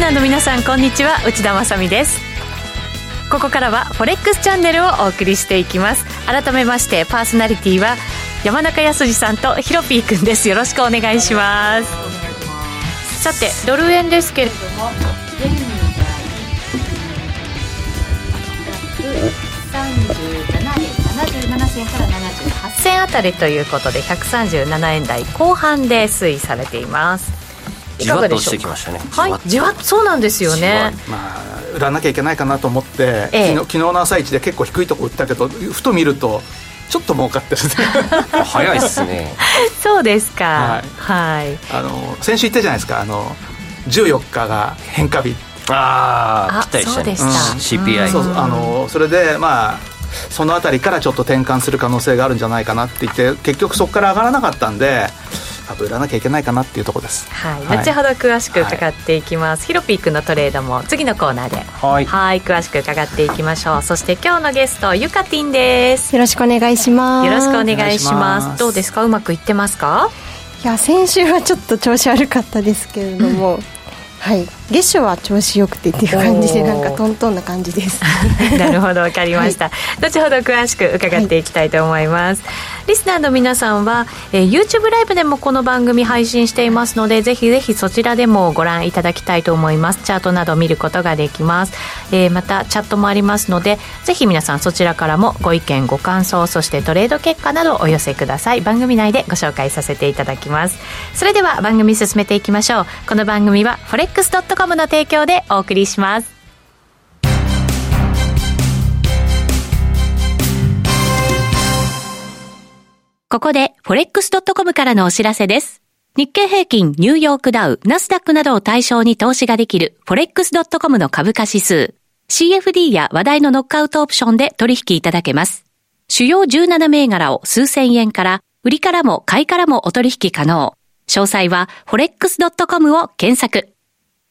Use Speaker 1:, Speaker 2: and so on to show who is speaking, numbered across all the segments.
Speaker 1: ナーの皆さんこんにちは内田まさみですここからはフォレックスチャンネルをお送りしていきます改めましてパーソナリティは山中康二さんとひろぴーくんですよろしくお願いしますさてドル円ですけれども現
Speaker 2: 在137円77銭から78
Speaker 1: 銭あたりということで137円台後半で推移されています
Speaker 3: じわっと落ちてきましたね。
Speaker 1: はい、じわっそうなんですよね。
Speaker 4: まあ、売らなきゃいけないかなと思って、ええ、昨日昨日の朝一で結構低いとこ売ったけど、ふと見ると。ちょっと儲かってる
Speaker 3: 早いですね。
Speaker 1: そうですか。はい。はい、
Speaker 4: あの、先週言ったじゃないですか、あの、十四日が変化日。
Speaker 3: ああ、ぴったりしたね。C. P. I.、うん。
Speaker 4: そうあの、それで、まあ。その辺りからちょっと転換する可能性があるんじゃないかなって言って結局そこから上がらなかったんで株売らなきゃいけないかなっていうところです。
Speaker 1: はい、はい、後ほど詳しく伺っていきます。はい、ヒロピー君のトレードも次のコーナーで、はい、はい詳しく伺っていきましょう。そして今日のゲストゆかてぃんです。
Speaker 5: よろしくお願いします。
Speaker 1: よろしくお願いします。どうですかうまくいってますか？
Speaker 5: いや先週はちょっと調子悪かったですけれども。うんはい、月初は調子よくてっていう感じでなんかトントンな感じです
Speaker 1: なるほど分かりました、はい、後ほど詳しく伺っていきたいと思います、はい、リスナーの皆さんは、えー、YouTube ライブでもこの番組配信していますのでぜひぜひそちらでもご覧いただきたいと思いますチャートなど見ることができます、えー、またチャットもありますのでぜひ皆さんそちらからもご意見ご感想そしてトレード結果などお寄せください番組内でご紹介させていただきますそれでは番組進めていきましょうこの番組はフォレック FX.com の提供でお送りします。ここで forex.com からのお知らせです。日経平均、ニューヨークダウ、ナスダックなどを対象に投資ができる forex.com の株価指数。CFD や話題のノックアウトオプションで取引いただけます。主要17銘柄を数千円から、売りからも買いからもお取引可能。詳細は forex.com を検索。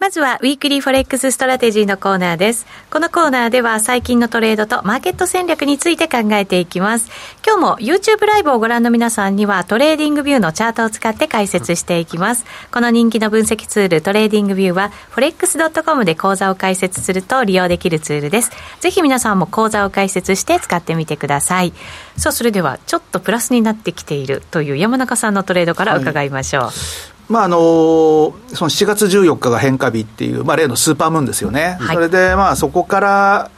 Speaker 1: まずはウィークリーフォレックスストラテジーのコーナーです。このコーナーでは最近のトレードとマーケット戦略について考えていきます。今日も YouTube ライブをご覧の皆さんにはトレーディングビューのチャートを使って解説していきます。この人気の分析ツールトレーディングビューは forex.com で講座を解説すると利用できるツールです。ぜひ皆さんも講座を解説して使ってみてください。さあそれではちょっとプラスになってきているという山中さんのトレードから伺いましょう。はい
Speaker 4: まああのー、その7月14日が変化日っていう、まあ、例のスーパームーンですよね、はい、それで、まあ、そこから、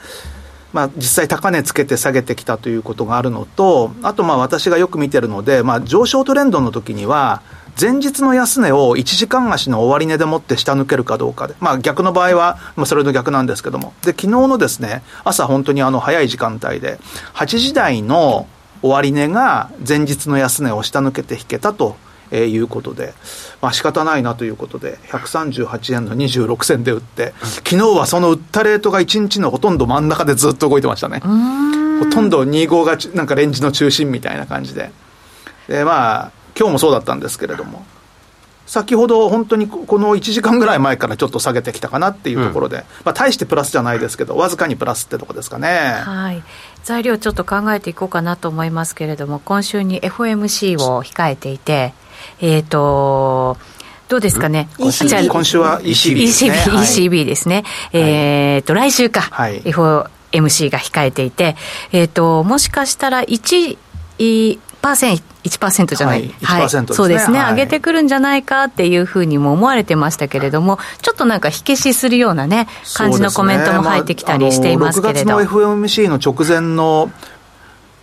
Speaker 4: まあ、実際、高値つけて下げてきたということがあるのと、あとまあ私がよく見てるので、まあ、上昇トレンドの時には、前日の安値を1時間足の終値でもって下抜けるかどうかで、まあ、逆の場合は、まあ、それの逆なんですけども、で昨日のですね朝、本当にあの早い時間帯で、8時台の終値が前日の安値を下抜けて引けたとえー、いうことで、まあ仕方ないなということで、138円の26銭で売って、昨日はその売ったレートが1日のほとんど真ん中でずっと動いてましたね。ほとんど25がなんかレンジの中心みたいな感じで。で、まあ、今日もそうだったんですけれども。先ほど本当にこの1時間ぐらい前からちょっと下げてきたかなっていうところで、うん、まあ、大してプラスじゃないですけど、わずかにプラスってとこですかね。
Speaker 1: はい材料ちょっと考えていこうかなと思いますけれども、今週に FOMC を控えていて、えっ、ー、と、どうですかね。
Speaker 4: 今週今週は ECB ですね。
Speaker 1: ECB、ECB ですね。はい、えっ、と、来週か、はい、FOMC が控えていて、えっ、ー、と、もしかしたら1、1%, 1じゃない、
Speaker 4: はい、ね、
Speaker 1: そうですね、上げてくるんじゃないかっていうふうにも思われてましたけれども、ちょっとなんか火消しするようなね、感じのコメントも入ってきたりしていますけれど、
Speaker 4: ね、まあ、の FOMC の直前の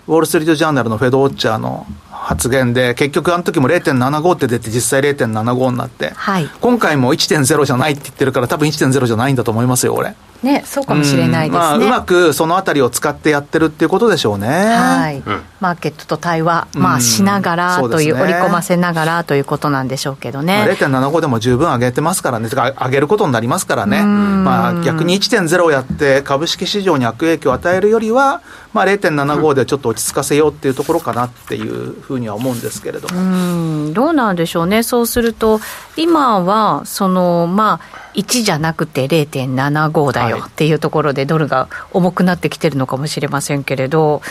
Speaker 4: ウォール・ストリート・ジャーナルのフェドウォッチャーの発言で、結局あの時も0.75って出て、実際0.75になって、はい、今回も1.0じゃないって言ってるから、多分1.0じゃないんだと思いますよ、俺。
Speaker 1: ね、そうかもしれないですね、うんまあ、
Speaker 4: うまくそのあたりを使ってやってるっていうことでしょうね、
Speaker 1: はいうん、マーケットと対話、まあ、しながらという、うんうね、織り込ませながらということなんでしょうけどね、まあ、
Speaker 4: 0.75でも十分上げてますからね、上げることになりますからね、まあ、逆に1.0をやって株式市場に悪影響を与えるよりは、まあ、0.75でちょっと落ち着かせようっていうところかなっていうふうには思うんですけれども、
Speaker 1: うん、どうなんでしょうね、そうすると、今はその、まあ、1じゃなくて0.75だよ。っていうところでドルが重くなってきてるのかもしれませんけれど。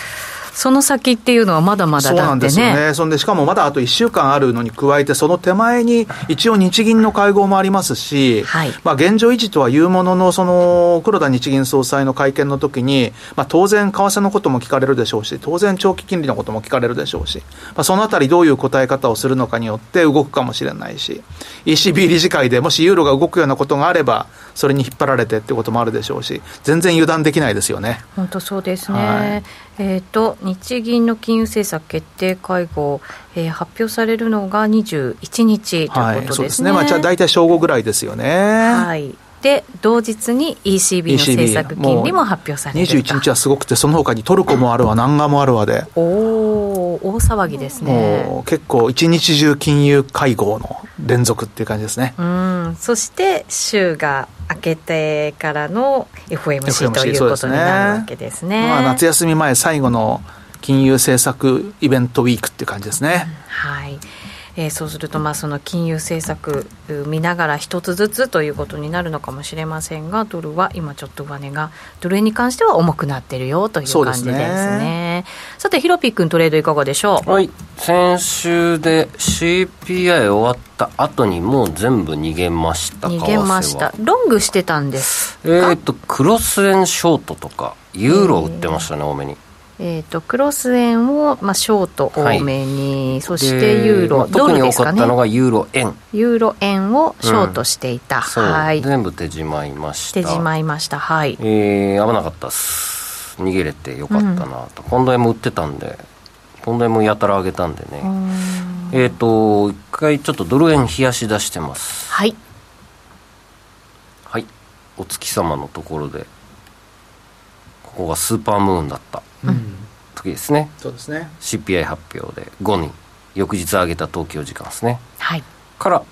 Speaker 1: その先っていうのはまだまだだって、ね、
Speaker 4: そうなんですよね。そんで、しかもまだあと1週間あるのに加えて、その手前に一応日銀の会合もありますし、はい、まあ現状維持とはいうものの、その黒田日銀総裁の会見の時に、まあ当然為替のことも聞かれるでしょうし、当然長期金利のことも聞かれるでしょうし、まあそのあたりどういう答え方をするのかによって動くかもしれないし、ECB 理事会でもしユーロが動くようなことがあれば、それに引っ張られてってこともあるでしょうし、全然油断できないですよね。
Speaker 1: 本当そうですね。はいえーと、と日銀の金融政策決定会合、えー、発表されるのが21日ということですね。はい、そうですね
Speaker 4: まあ、じゃあ大体正午ぐらいですよね。
Speaker 1: はいで同日に ECB の政策金利も発表されると
Speaker 4: 21日はすごくてその他にトルコもあるわ南岸もあるわで
Speaker 1: おお大騒ぎですね
Speaker 4: もう結構一日中金融会合の連続っていう感じですね
Speaker 1: うんそして週が明けてからの FOMC ということになるわけですね、ね、
Speaker 4: まあ、夏休み前最後の金融政策イベントウィークっていう感じですね、
Speaker 1: うん、はいえー、そうするとまあその金融政策見ながら一つずつということになるのかもしれませんがドルは今ちょっと上値がドル円に関しては重くなってるよという感じですね、ね、さてヒロピー君トレードいかがでしょう
Speaker 3: はい先週で CPI 終わった後にもう全部逃げました
Speaker 1: 逃げましたロングしてたんです
Speaker 3: えー、っとクロス円ショートとかユーロ売ってましたね、えー、多めに
Speaker 1: えーと、とクロス円を、まあ、ショート多めに、はい、そしてユーロ、まあ、ドルですかね
Speaker 3: 特に多かったのがユーロ円
Speaker 1: ユーロ円をショートしていた、
Speaker 3: うん、はい全部手じまいました
Speaker 1: 手じまいましたはい
Speaker 3: えー、危なかったっす逃げれてよかったなと、うん、ポンド円も売ってたんでポンド円もやたら上げたんでねえっ、ー、と一回ちょっとドル円冷やし出してます
Speaker 1: はい
Speaker 3: はいお月様のところでここがスーパームーンだった時ですね、
Speaker 4: そうですね
Speaker 3: CPI 発表で5に翌日上げた東京時間ですね、
Speaker 1: はい、
Speaker 3: から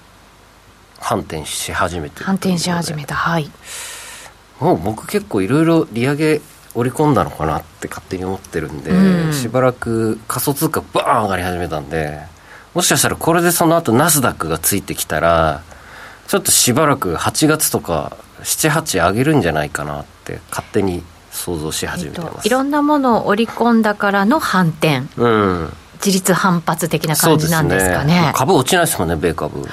Speaker 3: 反転し始めて
Speaker 1: 反転し始めたはい
Speaker 3: もう僕結構いろいろ利上げ織り込んだのかなって勝手に思ってるんで、うん、しばらく仮想通貨バーン上がり始めたんでもしかしたらこれでその後ナスダックがついてきたらちょっとしばらく8月とか78上げるんじゃないかなって勝手に想像し始めてます、えっ
Speaker 1: と、いろんなものを織り込んだからの反転、
Speaker 3: うん、
Speaker 1: 自立反発的な感じなんですかね、ね、
Speaker 3: 株落ちないですもんね米株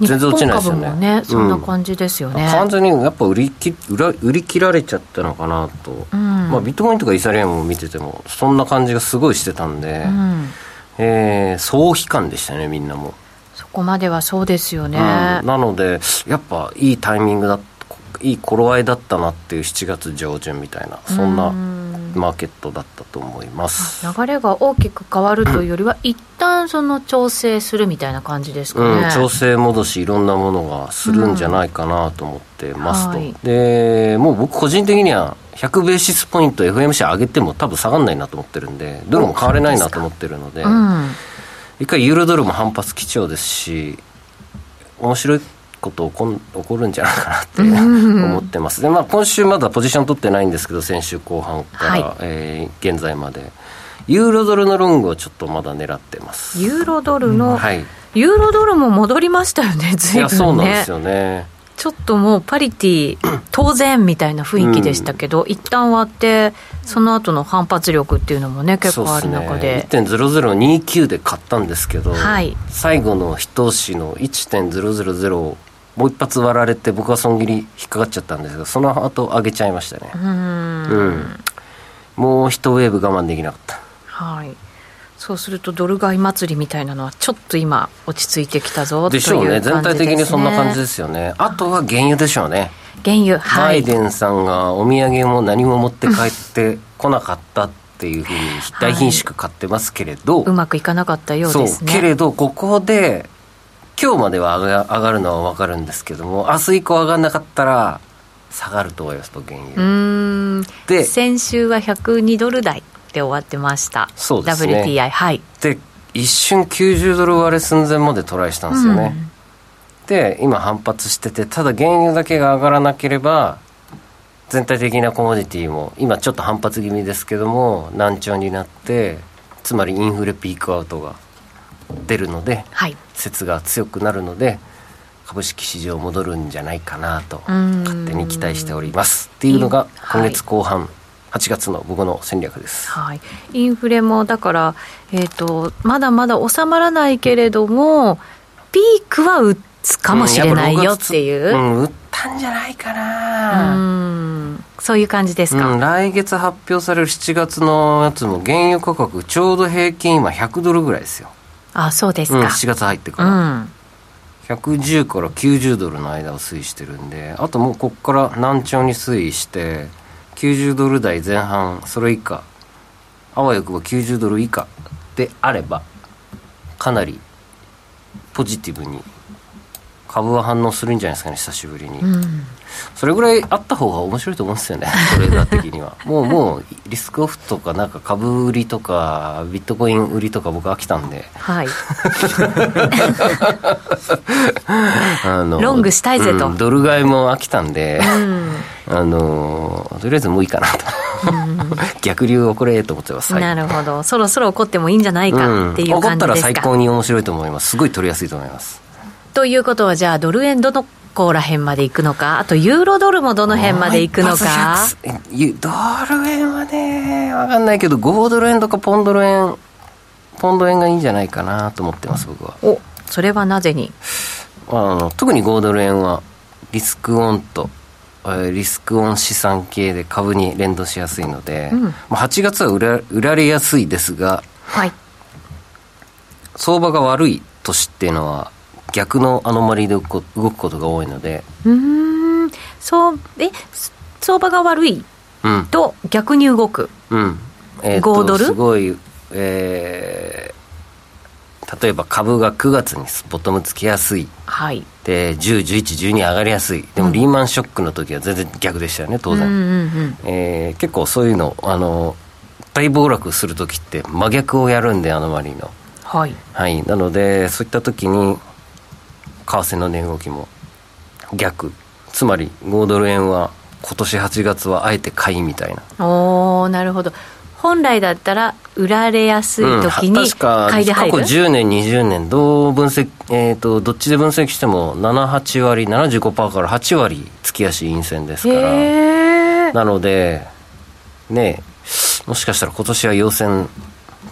Speaker 3: 全然落ちないですよね、
Speaker 1: ねそんな感じですよね、うん
Speaker 3: 完全にやっぱ売りき売り切られちゃったのかなと、うん、まあ、ビットコインとかイサリアムを見ててもそんな感じがすごいしてたんで、うん、えー、総悲観でしたねみんなも
Speaker 1: そこまではそうですよね、うん、
Speaker 3: なのでやっぱいいタイミングだったいい頃合いだったなっていう7月上旬みたいなそんなマーケットだったと思います
Speaker 1: 流れが大きく変わるというよりは一旦その調整するみたいな感じですかね、
Speaker 3: うん、調整戻しいろんなものがするんじゃないかなと思ってますと、うん、でもう僕個人的には100ベーシスポイント FMC 上げても多分下がんないなと思ってるんでドルも買われないなと思ってるので、うん、一回ユーロドルも反発基調ですし面白いこと起こ起こるんじゃないかなって思ってます、でまあ、今週まだポジション取ってないんですけど先週後半から、はい、えー、現在までユーロドルのロングをちょっとまだ狙ってます
Speaker 1: ユーロドルの、うん、はい、ユーロドルも戻りましたよね随分ねいや
Speaker 3: そうなんですよね
Speaker 1: ちょっともうパリティ 当然みたいな雰囲気でしたけど、うん、一旦割ってその後の反発力っていうのもね結構ある中で
Speaker 3: で、ね、1.0029で買ったんですけど、はい、最後の一押しの1.000をもう一発割られて僕は損切り引っかかっちゃったんですけどその後上げちゃいましたねうんもう一ウェーブ我慢できなかった
Speaker 1: はいそうするとドル買い祭りみたいなのはちょっと今落ち着いてきたぞ
Speaker 3: でしょうね、
Speaker 1: ね、
Speaker 3: 全体的にそんな感じですよねあとは原油でしょうね
Speaker 1: 原油はい
Speaker 3: バイデンさんがお土産も何も持って帰ってこなかったっっていうふうに大品種買ってますけれど、
Speaker 1: うまくいかなかったようですね
Speaker 3: けれどここで今日までは上が上がるのは分かるんですけども明日以降上がんなかったら下がると思いますと原
Speaker 1: う
Speaker 3: 油
Speaker 1: ーん
Speaker 3: で
Speaker 1: 先週は102ドル台で終わってました
Speaker 3: そうですね
Speaker 1: WTI はい
Speaker 3: で一瞬90ドル割れ寸前までトライしたんですよね、で今反発しててただ原油だけが上がらなければ全体的なコモディティも今ちょっと反発気味ですけども難聴になってつまりインフレピークアウトが出るので
Speaker 1: はい
Speaker 3: 説が強くなるので株式市場戻るんじゃないかなと
Speaker 1: ん
Speaker 3: 勝手に期待しておりますっていうのが
Speaker 1: はい
Speaker 3: 今月後半8月の僕の戦略です。
Speaker 1: はい、インフレもだから、えー、とまだまだ収まらないけれどもピークは打つかもしれないよっていう、
Speaker 3: う
Speaker 1: うん
Speaker 3: ん、売ったんじゃないかな、
Speaker 1: そういう感じですか、
Speaker 3: うん、来月発表される7月のやつも原油価格ちょうど平均今100ドルぐらいですよ、
Speaker 1: あそうです
Speaker 3: うん、
Speaker 1: か、
Speaker 3: 7月入って
Speaker 1: う
Speaker 3: から、
Speaker 1: ん
Speaker 3: 110から90ドルの間を推移してるんであともうこっから難聴に推移して90ドル台前半それ以下あわよくば90ドル以下であればかなりポジティブに株は反応するんじゃないですかね久しぶりに、
Speaker 1: うん
Speaker 3: それぐらいあった方が面白いと思 うんですよね、トレーダー的には。もう、もう、リスクオフとか、なんか株売りとか、ビットコイン売りとか、僕飽きた んで、
Speaker 1: はい、
Speaker 3: あの
Speaker 1: ロングしたいぜと
Speaker 3: うんドル買いも飽きたんで、
Speaker 1: うん
Speaker 3: あの、とりあえずもういいかなと。 逆流をこれと思ってます。はい
Speaker 1: なるほどそろそろ怒ってもいいんじゃないかっていう
Speaker 3: 怒
Speaker 1: 感
Speaker 3: っ
Speaker 1: じ
Speaker 3: たら
Speaker 1: です
Speaker 3: 最
Speaker 1: か、
Speaker 3: 高に面白いと思います。すごい取りやすいと思います。
Speaker 1: ということはじゃあドル円どのここら辺まで行くのかあとユーロドルもどの辺まで行くのか
Speaker 3: もう一発100ゆドル円はね、わかんないけど、5ドル円とかポンドル円、ポンド円がいいんじゃないかなと思ってます、僕は。
Speaker 1: おそれはなぜに
Speaker 3: あの特に5ドル円はリスクオンとえーリスクオン資産系で株に連動しやすいので、
Speaker 1: うん
Speaker 3: まあ、8月は売ら売られやすいですが
Speaker 1: はい
Speaker 3: 相場が悪い年っていうのは逆のアノマリーで動く動くことが多いので、
Speaker 1: うーんそうえそ相場が悪い
Speaker 3: うん
Speaker 1: と逆に動く
Speaker 3: うんえー
Speaker 1: 5ドル
Speaker 3: すごい、えー例えば株が9月にボトムつきやすい
Speaker 1: はい
Speaker 3: で10、11、12上がりやすいでもリーマンショックの時は全然逆でしたよね当然。
Speaker 1: うんうん
Speaker 3: えー結構そういうのあの大暴落する時って真逆をやるんでアノマリーの
Speaker 1: はい
Speaker 3: はいなのでそういった時に為替の値動きも逆つまり5ドル円は今年8月はあえて買いみたいな
Speaker 1: おーなるほど本来だったら売られやすい時
Speaker 3: うん
Speaker 1: に
Speaker 3: 確か
Speaker 1: 買いで入る、
Speaker 3: 過去10年20年どう分析、えー、とどっちで分析しても78割75%から8割月足陰線ですから
Speaker 1: へえ
Speaker 3: なので、ねえ、もしかしたら今年は陽線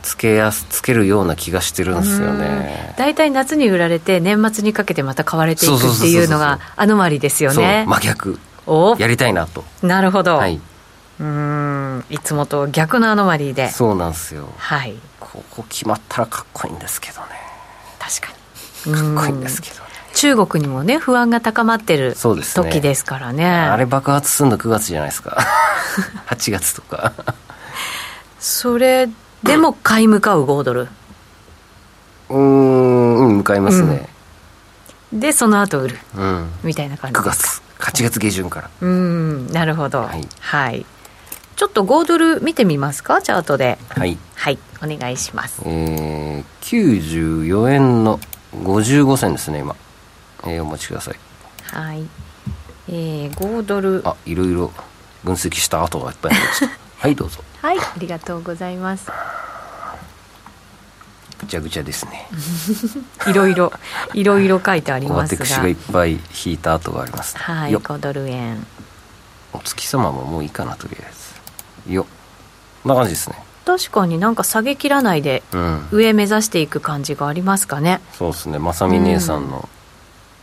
Speaker 3: つけやす、つけるような気がしてるんですよね。
Speaker 1: 大体夏に売られて年末にかけてまた買われていく
Speaker 3: そうそう
Speaker 1: っ
Speaker 3: そ
Speaker 1: て
Speaker 3: うそう
Speaker 1: いうのがアノマリですよ
Speaker 3: そう、
Speaker 1: ね、
Speaker 3: 真逆。
Speaker 1: お
Speaker 3: やりたいなと。
Speaker 1: なるほど、
Speaker 3: はい。
Speaker 1: うーんいつもと逆のアノマリで
Speaker 3: そうなんですよ。
Speaker 1: はい
Speaker 3: ここ決まったらかっこいいんですけどね。
Speaker 1: 確かに
Speaker 3: かっこいいんですけどね。
Speaker 1: 中国にもね不安が高まってる
Speaker 3: そうですね
Speaker 1: 時ですからね
Speaker 3: あれ爆発するの9月じゃないですか。8月とか。
Speaker 1: それでも買い向かう5ドル
Speaker 3: うーん、うん向かいますね。
Speaker 1: でその後売る
Speaker 3: うん。
Speaker 1: みたいな感じ
Speaker 3: 9月。8月下旬から。
Speaker 1: うんなるほどは
Speaker 3: はいい、
Speaker 1: ちょっと5ドル見てみますかチャートで
Speaker 3: はい。
Speaker 1: はいお願いします
Speaker 3: えー、94円の55銭ですね今、えーお待ちください
Speaker 1: はい、えー、5ドル
Speaker 3: あいろいろ分析した後がいっぱいありました はいどうぞ
Speaker 1: はいありがとうございます
Speaker 3: ぐちゃぐちゃですね
Speaker 1: いろいろいろいろ書いてあり
Speaker 3: こう
Speaker 1: ます
Speaker 3: 私がいっ
Speaker 1: が
Speaker 3: ぱい引いた後があります、ね、
Speaker 1: はい
Speaker 3: よっ
Speaker 1: 5ドル円
Speaker 3: お月様ももういいかなとりあえずよっこんな感じですね
Speaker 1: 確かになんか下げきらないで
Speaker 3: うん
Speaker 1: 上目指していく感じがありますかね
Speaker 3: そうですねまさみ姉さんの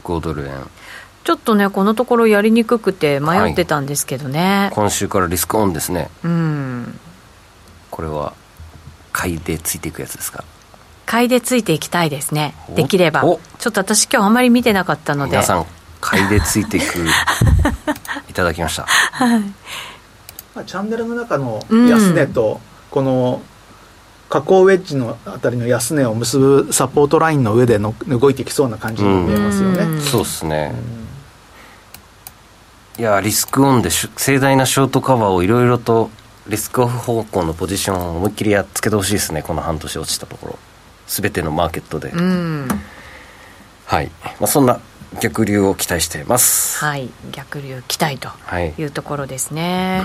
Speaker 3: 5ドル円、
Speaker 1: ちょっとねこのところやりにくくて迷ってたんですけどね、
Speaker 3: 今週からリスクオンですね
Speaker 1: うん
Speaker 3: これは買いでついていくやつですか
Speaker 1: 買いでついていきたいですね
Speaker 3: お
Speaker 1: できればちょ
Speaker 3: お
Speaker 1: っと私今日あまり見てなかったので
Speaker 3: 皆さん買いでつい ていくいただきました
Speaker 4: まあ、チャンネルの中の安値と、この加工ウェッジのあたりの安値を結ぶサポートラインの上での動いてきそうな感じに見えますよね。
Speaker 1: うん
Speaker 3: そうですね、いやリスクオンでしゅ盛大なショートカバーをいろいろとリスクオフ方向のポジションを思いっきりやっつけてほしいですねこの半年落ちたところすべてのマーケットで、
Speaker 1: うん
Speaker 3: はい、まあ、そんな逆流を期待しています
Speaker 1: はい逆流期待と
Speaker 3: はい、
Speaker 1: いうところですね。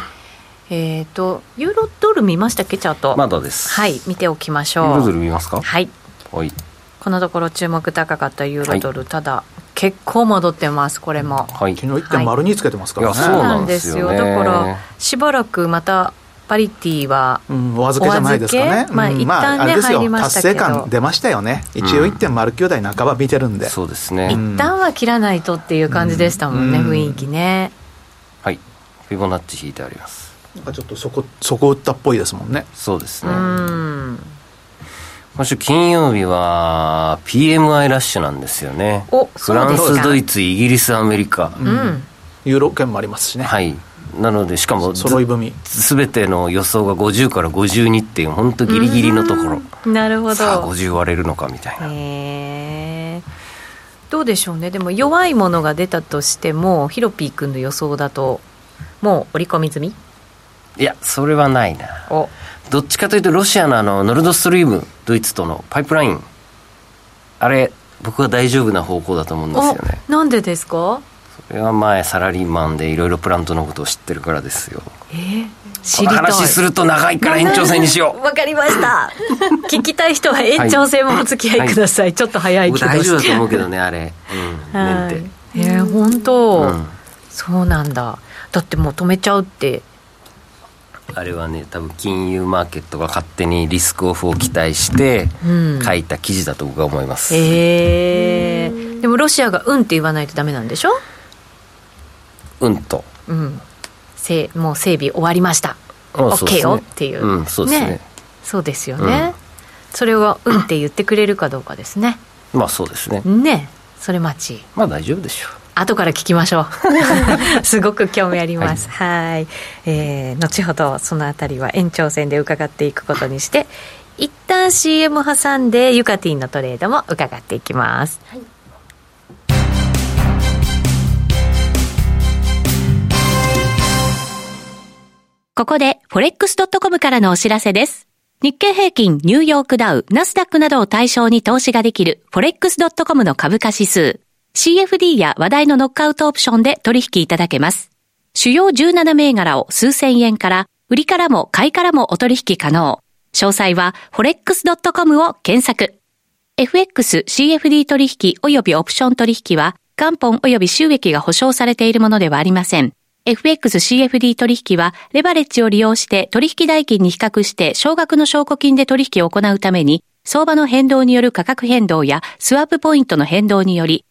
Speaker 1: えっ、とユーロドル見ましたっけチャート。
Speaker 3: まだです
Speaker 1: はい見ておきましょう。
Speaker 3: ユーロドル見ますか
Speaker 1: はい
Speaker 3: はい
Speaker 1: このところ注目高かったユーロドル、
Speaker 3: は
Speaker 1: ただ結構戻ってますこれも。
Speaker 3: はい
Speaker 4: 昨日1.02つけてますからね。
Speaker 3: はいいやそうなんですよね
Speaker 1: そうなんですよだからしばらくまたパリティは
Speaker 4: うん、お預けじゃないですかね
Speaker 1: お預。けまあ
Speaker 4: うん
Speaker 1: 一旦ね
Speaker 4: あれですよ
Speaker 1: 入りました
Speaker 4: 達
Speaker 1: け
Speaker 4: 成
Speaker 1: ど
Speaker 4: 感出ましたよね。一応
Speaker 3: うん
Speaker 4: 1.09台半ば見てるんで。
Speaker 3: そうです
Speaker 1: 一
Speaker 3: ね、
Speaker 4: ん
Speaker 1: 旦は切らないとっていう感じでしたもんね、
Speaker 4: うん
Speaker 1: 雰囲気ね。
Speaker 3: はいフィボナッチ引いてあります
Speaker 4: なんかちょっとそこそこ打ったっぽいですもんね。
Speaker 3: そうです
Speaker 1: う
Speaker 3: ね
Speaker 1: ん。
Speaker 3: 今週金曜日は PMI ラッシュなんですよね
Speaker 1: お
Speaker 3: フラン
Speaker 1: そうです
Speaker 3: ス
Speaker 1: か
Speaker 3: ドイツイギリスアメリカ、
Speaker 1: うん。
Speaker 4: ユーロ圏もありますしね。
Speaker 3: はいなのでしかもず
Speaker 4: 揃い踏み。
Speaker 3: 全ての予想が50から52っていう本当ギリギリのところ
Speaker 1: なるほ
Speaker 3: さあ
Speaker 1: ど。
Speaker 3: 50割れるのかみたいな
Speaker 1: へーどうでしょうね。でも弱いものが出たとしても、ヒロピー君の予想だと、もう織り込み済み
Speaker 3: いやそれはないな
Speaker 1: お、
Speaker 3: どっちかというとロシアのあのノルドストリームドイツとのパイプラインあれ僕は大丈夫な方向だと思うんですよね
Speaker 1: おなんでですか
Speaker 3: それは前サラリーマンでいろいろプラントのことを知ってるからですよ
Speaker 1: えー、知
Speaker 3: こ
Speaker 1: り
Speaker 3: の
Speaker 1: たい。
Speaker 3: 話すると長いから延長戦にしよう
Speaker 1: わかりました。聞きたい人は延長戦もお付き合いください。ちょっと早い
Speaker 3: 僕
Speaker 1: けど。
Speaker 3: 大丈夫だと思うけど ねあれうん
Speaker 1: は
Speaker 3: メ
Speaker 1: い
Speaker 3: ンテ。
Speaker 1: えー、本当、
Speaker 3: うん
Speaker 1: そうなんだ。だってもう止めちゃうって。
Speaker 3: あれはね多分金融マーケットが勝手にリスクオフを期待して
Speaker 1: うん
Speaker 3: 書いた記事だと僕は思います、
Speaker 1: えー、でもロシアがうんって言わないとダメなんでしょ
Speaker 3: うんと
Speaker 1: うん。せもう整備終わりました。
Speaker 3: うん
Speaker 1: OK よっていう。
Speaker 3: うんそうですね
Speaker 1: そうですよね。
Speaker 3: うん
Speaker 1: それをうんって言ってくれるかどうかですね。
Speaker 3: まあそうですね
Speaker 1: ねそれ待ち。
Speaker 3: まあ大丈夫でしょ
Speaker 1: 後から聞きましょ う。すごく興味あります。はいえー後ほどそのあたりは延長戦で伺っていくことにして、一旦 CM 挟んでユカティンのトレードも伺っていきます。
Speaker 6: ここで forex.com からのお知らせです。日経平均、ニューヨークダウ、ナスダックなどを対象に投資ができる forex.com の株価指数。CFD や話題のノックアウトオプションで取引いただけます。主要17銘柄を数千円から、売りからも買いからもお取引可能。詳細は forex.com を検索。FX、CFD 取引及びオプション取引は、元本及び収益が保証されているものではありません。FX、CFD 取引は、レバレッジを利用して取引代金に比較して少額の証拠金で取引を行うために、相場の変動による価格変動やスワップポイントの変動により、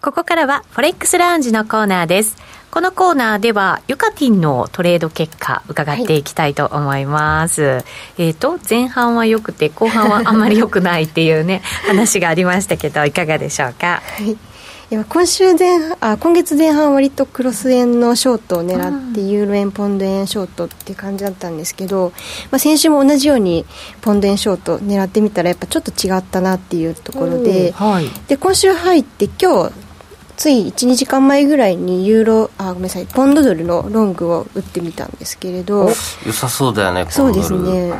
Speaker 1: ここからはフォレックスラウンジのコーナーです。このコーナーではユカティンのトレード結果伺っていきたいと思います。えっ、と前半は良くて後半はあまり良くないっていう ね話がありましたけどいかがでしょうか。
Speaker 5: はい、今今週前半あ今月前半割とクロス円のショートを狙ってユーロ円ポンド円ショートっていう感じだったんですけど、まあ、先週も同じようにポンド円ショート狙ってみたらやっぱちょっと違ったなっていうところで,、
Speaker 1: はい。
Speaker 5: で今週入って今日つい12時間前ぐらいにユーロあごめんなさいポンドドルのロングを打ってみたんですけれど
Speaker 3: う良さそうだよね
Speaker 5: そうで
Speaker 3: こ
Speaker 5: す
Speaker 3: のドル
Speaker 5: ね、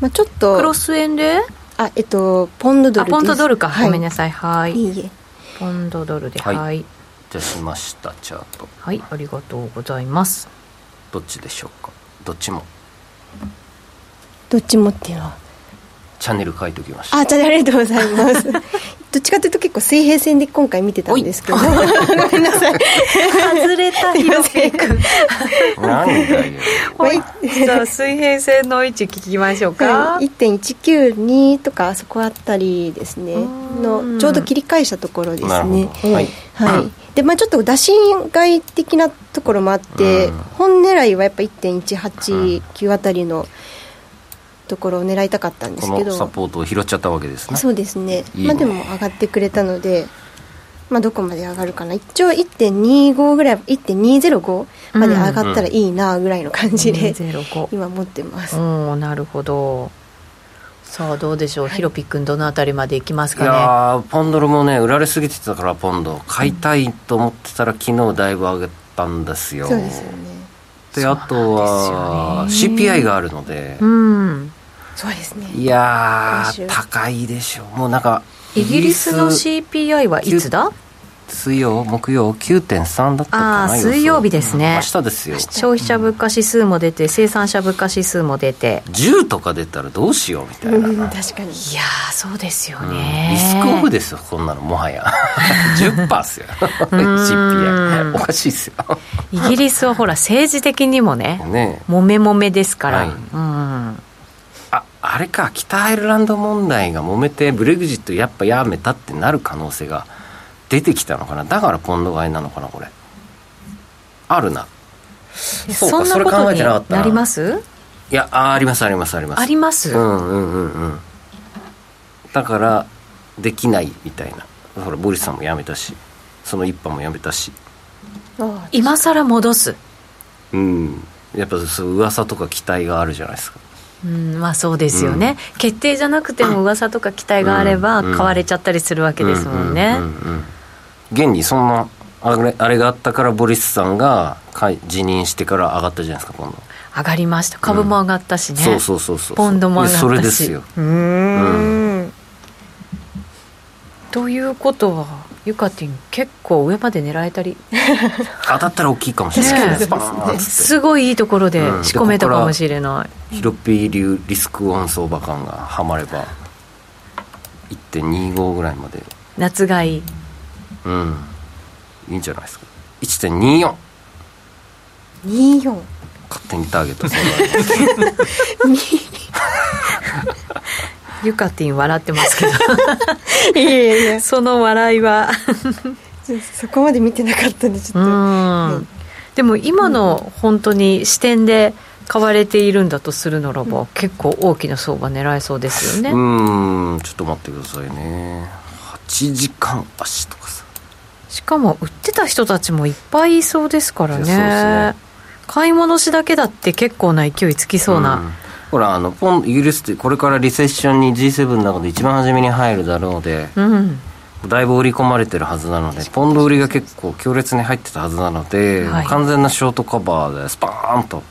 Speaker 5: まあ、ちょっと
Speaker 1: クロス円で
Speaker 5: あえっとポンドドル
Speaker 1: あ
Speaker 5: です
Speaker 1: ポンドドルか、
Speaker 5: はい、
Speaker 1: ごめんなさいはい
Speaker 5: いいえ
Speaker 1: ポンドドルでは
Speaker 3: はいい
Speaker 1: はい、
Speaker 3: じゃあしましたチャート
Speaker 1: ありがとうござい ます。
Speaker 3: どっちでしょうかどっちも
Speaker 5: どっちもっていうのは
Speaker 3: チャンネル書いておきました
Speaker 5: あ、チャンネルありがとうございます。 どっちかというと結構水平線で今回見てたんですけど、ごめんなさい。
Speaker 1: 外れた
Speaker 5: すいま
Speaker 1: 広
Speaker 5: せ
Speaker 1: 瀬
Speaker 5: ん
Speaker 1: 君
Speaker 3: なんだよ
Speaker 1: はいじゃあ水平線の位置聞きましょうか、
Speaker 5: はい、1.192とかそこあたりですね
Speaker 1: ん
Speaker 5: のちょうど切り返したところで
Speaker 3: な
Speaker 5: す
Speaker 3: る
Speaker 5: ね
Speaker 3: ほどはい
Speaker 5: はいでまあ、ちょっと打診外的なところもあって、
Speaker 3: うん
Speaker 5: 本狙いはやっぱ1.189あたりのところを狙いたかったんです
Speaker 3: こ
Speaker 5: け
Speaker 3: の
Speaker 5: ど
Speaker 3: サポートを拾っちゃったわけですね
Speaker 5: そうですね
Speaker 3: いいね
Speaker 5: まあ、でも上がってくれたので、まあ、どこまで上がるかな一応1.25ぐらい1.205まで上がったらいいなぐらいの感じで、
Speaker 1: 205
Speaker 5: 今持ってます、
Speaker 1: おーなるほどさあどうでしょう、ヒロピ君どのあたりまで行きます
Speaker 3: い
Speaker 1: かね
Speaker 3: やーポンドルもね売られすぎてたからポンド買いたいと思ってたら昨日だいぶ上げたんですよ
Speaker 5: そうですよね
Speaker 3: であとは
Speaker 1: そうなんですよね
Speaker 3: CPI があるので、
Speaker 1: うん、
Speaker 5: そうですね
Speaker 3: いや
Speaker 5: 今週
Speaker 3: ー高いでしょもうなんか
Speaker 1: イギリスの CPI はいつだ
Speaker 3: 水曜木曜9.3だったかな
Speaker 1: あー
Speaker 3: 予想
Speaker 1: 水曜日ですね
Speaker 3: 明日ですよ
Speaker 1: 消費者物価指数も出て生産者物価指数も出て
Speaker 3: 10とか出たらどうしようみたいな、
Speaker 5: うん
Speaker 3: うん
Speaker 5: 確か
Speaker 1: いや
Speaker 5: に
Speaker 1: ーそうですよね、
Speaker 3: リスクオフですよこんなのも はや10%っすよ CPI おかしいっすよ
Speaker 1: イギリスはほら政治的にもね
Speaker 3: ねえ
Speaker 1: もめもめですから、
Speaker 3: はい
Speaker 1: うん
Speaker 3: ああれか北アイルランド問題が揉めてブレグジットやっぱやめたってなる可能性が出てきたのかなだからポンド買いなのかなこれあるなそ
Speaker 1: そん
Speaker 3: うか
Speaker 1: な
Speaker 3: それ
Speaker 1: こ
Speaker 3: 考
Speaker 1: と
Speaker 3: え
Speaker 1: に
Speaker 3: てなかった
Speaker 1: なります
Speaker 3: いやあありますありますあります
Speaker 1: あります、
Speaker 3: うんうんうんうんだからできないみたいなほらボリスさんも辞めたしその一派も辞めたし
Speaker 5: ああ
Speaker 1: 今更戻す
Speaker 3: うんやっぱそう噂とか期待があるじゃないですか
Speaker 1: うん、まあそうですよね、決定じゃなくても噂とか期待があれば
Speaker 3: うんうん
Speaker 1: 買われちゃったりするわけですもんね
Speaker 3: うううんうん現にそんなあれあれがあったからボリスさんが解辞任してから上がったじゃないですか今度、
Speaker 1: 上がりました株も上がったしね、
Speaker 3: そうそうそうそう
Speaker 1: ポンドも上がったし
Speaker 3: それですよ
Speaker 5: うーん
Speaker 1: ということはユカティン結構上まで狙えた り
Speaker 3: 当たったら大きいかもしれないですねバーンっつって
Speaker 1: すごいいいところで
Speaker 3: うん
Speaker 1: 仕込めたかもしれない、
Speaker 3: ヒロピー流リスクオン相場感がはまれば1.25ぐらいまで
Speaker 1: 夏買い
Speaker 3: うんいいんじゃないですか1.24
Speaker 5: 24
Speaker 3: 勝手にターゲット相場に
Speaker 1: ユカティン笑ってます けど
Speaker 5: いやいやいや
Speaker 1: その笑いは
Speaker 5: そそこまで見てなかったんでち
Speaker 1: う
Speaker 5: ょっと
Speaker 1: ん、でも今の本当に視点で買われているんだとするならば、結構大きな相場狙えそうですよね、
Speaker 3: うーんちょっと待ってくださいね8時間足とかさ
Speaker 1: しかも売ってた人たちもいっぱいいそうですからね
Speaker 3: いやそう
Speaker 1: 買い戻しだけだって結構な勢いつきそうな、
Speaker 3: んほらあのポンイギリスってこれからリセッションに G7 の中で一番初めに入るだろうで
Speaker 1: うん、
Speaker 3: だいぶ織り込まれてるはずなのでポンド売りが結構強烈に入ってたはずなので、
Speaker 1: はい
Speaker 3: 完全なショートカバーでスパーンと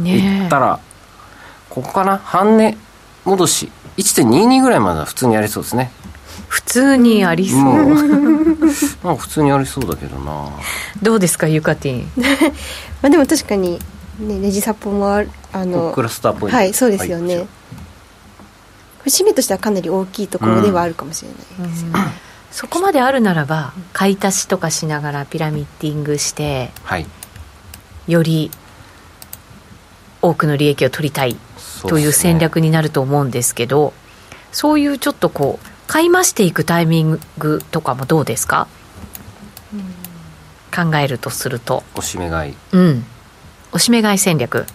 Speaker 3: い
Speaker 1: ねえ
Speaker 3: ったら、ここかな半値戻し1.22ぐらいまでは普通にやりそうですね
Speaker 1: 普通にありそう、
Speaker 3: もう なんか普通にありそうだけどな
Speaker 1: どうですかユカティ ン
Speaker 5: まあでも確かにねレジサポもあるあ
Speaker 3: こ
Speaker 5: の
Speaker 3: こクラスターポイント
Speaker 5: はいそうですよね、
Speaker 3: はい
Speaker 5: 節目としてはかなり大きいところではあるかもしれないですよね、
Speaker 1: そこまであるならば買い足しとかしながらピラミッディングして
Speaker 3: はい
Speaker 1: より多くの利益を取りたい
Speaker 3: そ
Speaker 1: という
Speaker 3: ですね
Speaker 1: 戦略になると思うんですけどそういうちょっとこう買い増していくタイミングとかもどうですか、考えるとすると
Speaker 3: おしめ買い
Speaker 1: うんおしめ買い戦略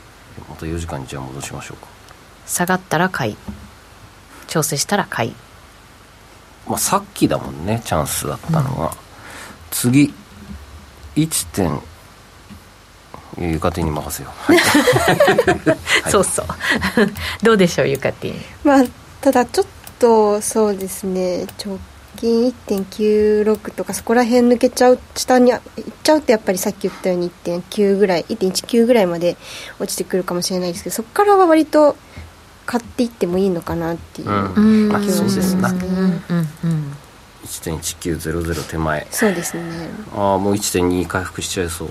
Speaker 3: また4時間にじゃあ戻しましょうか
Speaker 1: 下がったら買い調整したら買い
Speaker 3: まあ、さっきだもんねチャンスだったのは、次1点いや床手に任せようはい
Speaker 1: そう そうどうでしょうゆかティン
Speaker 5: まあただちょっとそうですね直近1.96とかそこら辺抜けちゃう下に行っちゃうとやっぱりさっき言ったように1.9ぐらい1.19ぐらいまで落ちてくるかもしれないですけどそこからは割と買っていってもいいのかなっていう、
Speaker 3: うんあそうですな
Speaker 1: うんうんうん
Speaker 3: 1.1900手前
Speaker 5: そうですね
Speaker 3: ああもう1.2回復しちゃいそう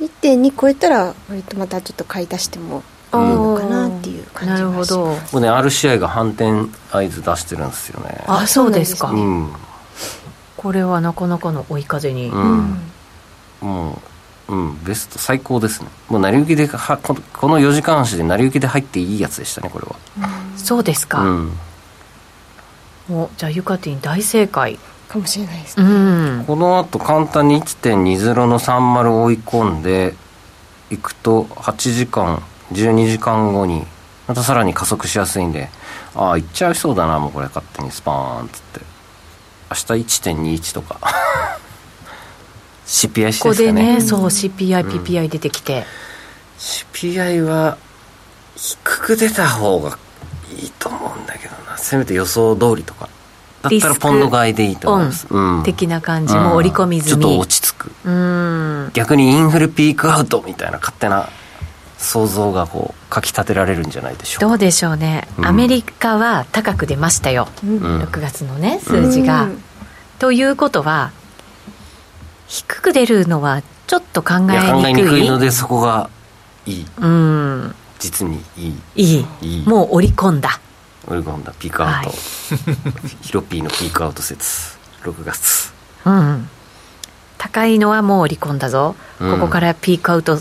Speaker 5: 1.2超えたら割とまたちょっと買い足してもいいのかなっていう感じがします。
Speaker 1: ど
Speaker 3: これね RCI が反転合図出してるんですよね
Speaker 1: あそうですか
Speaker 3: うん
Speaker 1: これはなかなかの追い風に、
Speaker 3: う、
Speaker 5: うんん
Speaker 3: もう、うん、ベスト最高ですねもう成り行きではこのこの4時間足で成り行きで入っていいやつでしたねこれは
Speaker 1: そうですか、
Speaker 3: うん、
Speaker 1: おじゃあユカティン大正解
Speaker 5: かもしれないです
Speaker 1: う。ん
Speaker 3: このあと簡単に1.20の30を追い込んでいくと8時間12時間後にまたさらに加速しやすいんでああ行っちゃいそうだなもうこれ勝手にスパーンっつって明日1.21とか CPI です
Speaker 1: ここ
Speaker 3: か
Speaker 1: でね、
Speaker 3: ね
Speaker 1: そう CPIPPI 出てきて、
Speaker 3: CPI は低く出た方がいいと思うんだけどなせめて予想通りとかだったらポンド買いでいいと思います、うん、
Speaker 1: 的な感じも織り込み済
Speaker 3: うん
Speaker 1: み
Speaker 3: ちょっと落ち着く
Speaker 1: うん
Speaker 3: 逆にインフレピークアウトみたいな勝手な想像がこうかきたてられるんじゃないでしょう
Speaker 1: ど
Speaker 3: か
Speaker 1: うでしょうね、
Speaker 3: うん
Speaker 1: アメリカは高く出ましたよ、
Speaker 3: うん
Speaker 1: 6月のね数字が、
Speaker 5: うん
Speaker 1: ということは低く出るのはちょっと考え
Speaker 3: いや考え
Speaker 1: に
Speaker 3: に
Speaker 1: く
Speaker 3: く
Speaker 1: い
Speaker 3: いのでそこがいい
Speaker 1: うん
Speaker 3: 実にいい
Speaker 1: いい
Speaker 3: いい
Speaker 1: もう織り込んだ
Speaker 3: オリゴンだピークアウト、
Speaker 1: はい
Speaker 3: ヒロピーのピークアウト説6月
Speaker 1: うん高いのはもう織り込んだぞ、
Speaker 3: うん
Speaker 1: ここからピークアウト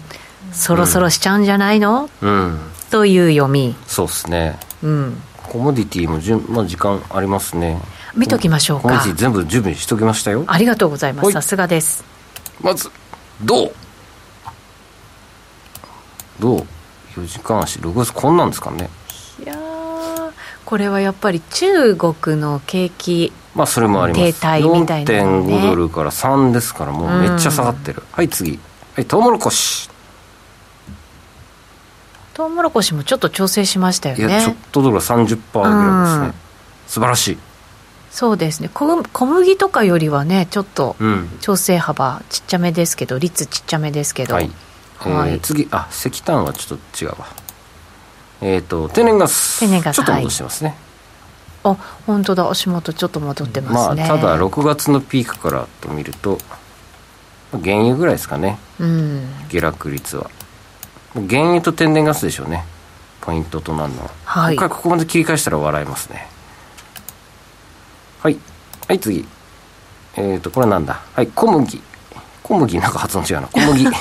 Speaker 1: そろそろしちゃうんじゃないの、
Speaker 3: うん
Speaker 1: という読み
Speaker 3: そうですね
Speaker 1: うん
Speaker 3: コモディティもじゅん、まあ、時間ありますね
Speaker 1: 見ときましょう
Speaker 3: コモディ
Speaker 1: か
Speaker 3: ティ全部準備しときましたよ
Speaker 1: ありがとうございま
Speaker 3: は
Speaker 1: す
Speaker 3: い
Speaker 1: さすがです
Speaker 3: まず銅銅4時間足6月こんなんですかね
Speaker 1: いやーこれはやっぱり中国の景気
Speaker 3: まあそれもあります
Speaker 1: 停滞みたいなのね
Speaker 3: 4.5ドルから3ですからもうめっちゃ下がってる、はい次はいトウモロコシ
Speaker 1: トウモロコシもちょっと調整しましたよ
Speaker 3: いやちょっ
Speaker 1: ね
Speaker 3: とドルが30%ぐらいですね、
Speaker 1: うん
Speaker 3: 素晴らしい
Speaker 1: そうですね小麦小麦とかよりはねちょっと
Speaker 3: うん
Speaker 1: 調整幅ちっちゃめですけど率ちっちゃめですけど、
Speaker 3: はい、
Speaker 1: は
Speaker 3: え
Speaker 1: い
Speaker 3: ー次あ石炭はちょっと違うわえっ、と天然ガス
Speaker 1: 天然ガス
Speaker 3: ちょっと戻してますね、
Speaker 1: あ本当だ足元ちょっと戻って
Speaker 3: ま
Speaker 1: ます
Speaker 3: あ
Speaker 1: ね、
Speaker 3: ただ6月のピークからと見るとまあ原油ぐらいですかね
Speaker 1: うん
Speaker 3: 下落率はもう原油と天然ガスでしょうねポイントとなるのは、
Speaker 1: はい
Speaker 3: 一回ここまで切り返したら笑えますねはいはい次えっ、とこれなんだはい小麦小麦なんか発音違うな小麦は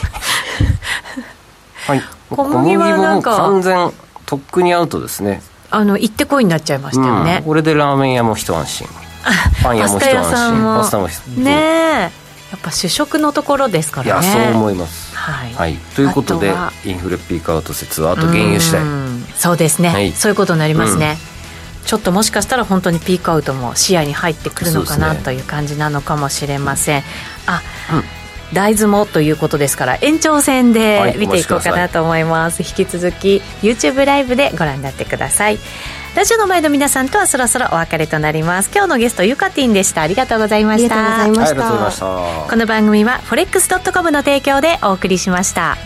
Speaker 3: い
Speaker 1: 小麦はなんか
Speaker 3: 小麦ももう完全とっくにアウトですね
Speaker 1: あの行ってこいになっちゃいましたよ
Speaker 3: うん
Speaker 1: ね、
Speaker 3: これでラーメン屋も一安心パン屋も
Speaker 1: パ
Speaker 3: 一安心
Speaker 1: スタ屋さんも
Speaker 3: パスタも一安心
Speaker 1: ねえやっぱ主食のところですから
Speaker 3: い
Speaker 1: ね
Speaker 3: やそう思います
Speaker 1: はい、
Speaker 3: はいということで
Speaker 1: あとは
Speaker 3: インフレピークアウト説はあと原油次第
Speaker 1: うんそうですね、
Speaker 3: はい
Speaker 1: そういうことになりますね、ちょっともしかしたら本当にピークアウトも視野に入ってくるのか
Speaker 3: そう
Speaker 1: な、
Speaker 3: です
Speaker 1: と
Speaker 3: ね
Speaker 1: いう感じなのかもしれませんあ、
Speaker 3: うん
Speaker 1: 大豆もということですから延長戦
Speaker 3: は
Speaker 1: で
Speaker 3: い
Speaker 1: 見ていこうかなと思います、引き続き YouTube ライブでご覧になってくださいラジオの前の皆さんとはそろそろお別れとなります今日のゲストゆかてぃんでしたありがとうございま
Speaker 5: あり
Speaker 1: し
Speaker 5: がとうござ
Speaker 1: た
Speaker 5: い
Speaker 3: はい
Speaker 5: ま
Speaker 3: あ
Speaker 5: し
Speaker 3: りがとうございました
Speaker 1: この番組は forex.com の提供でお送りしました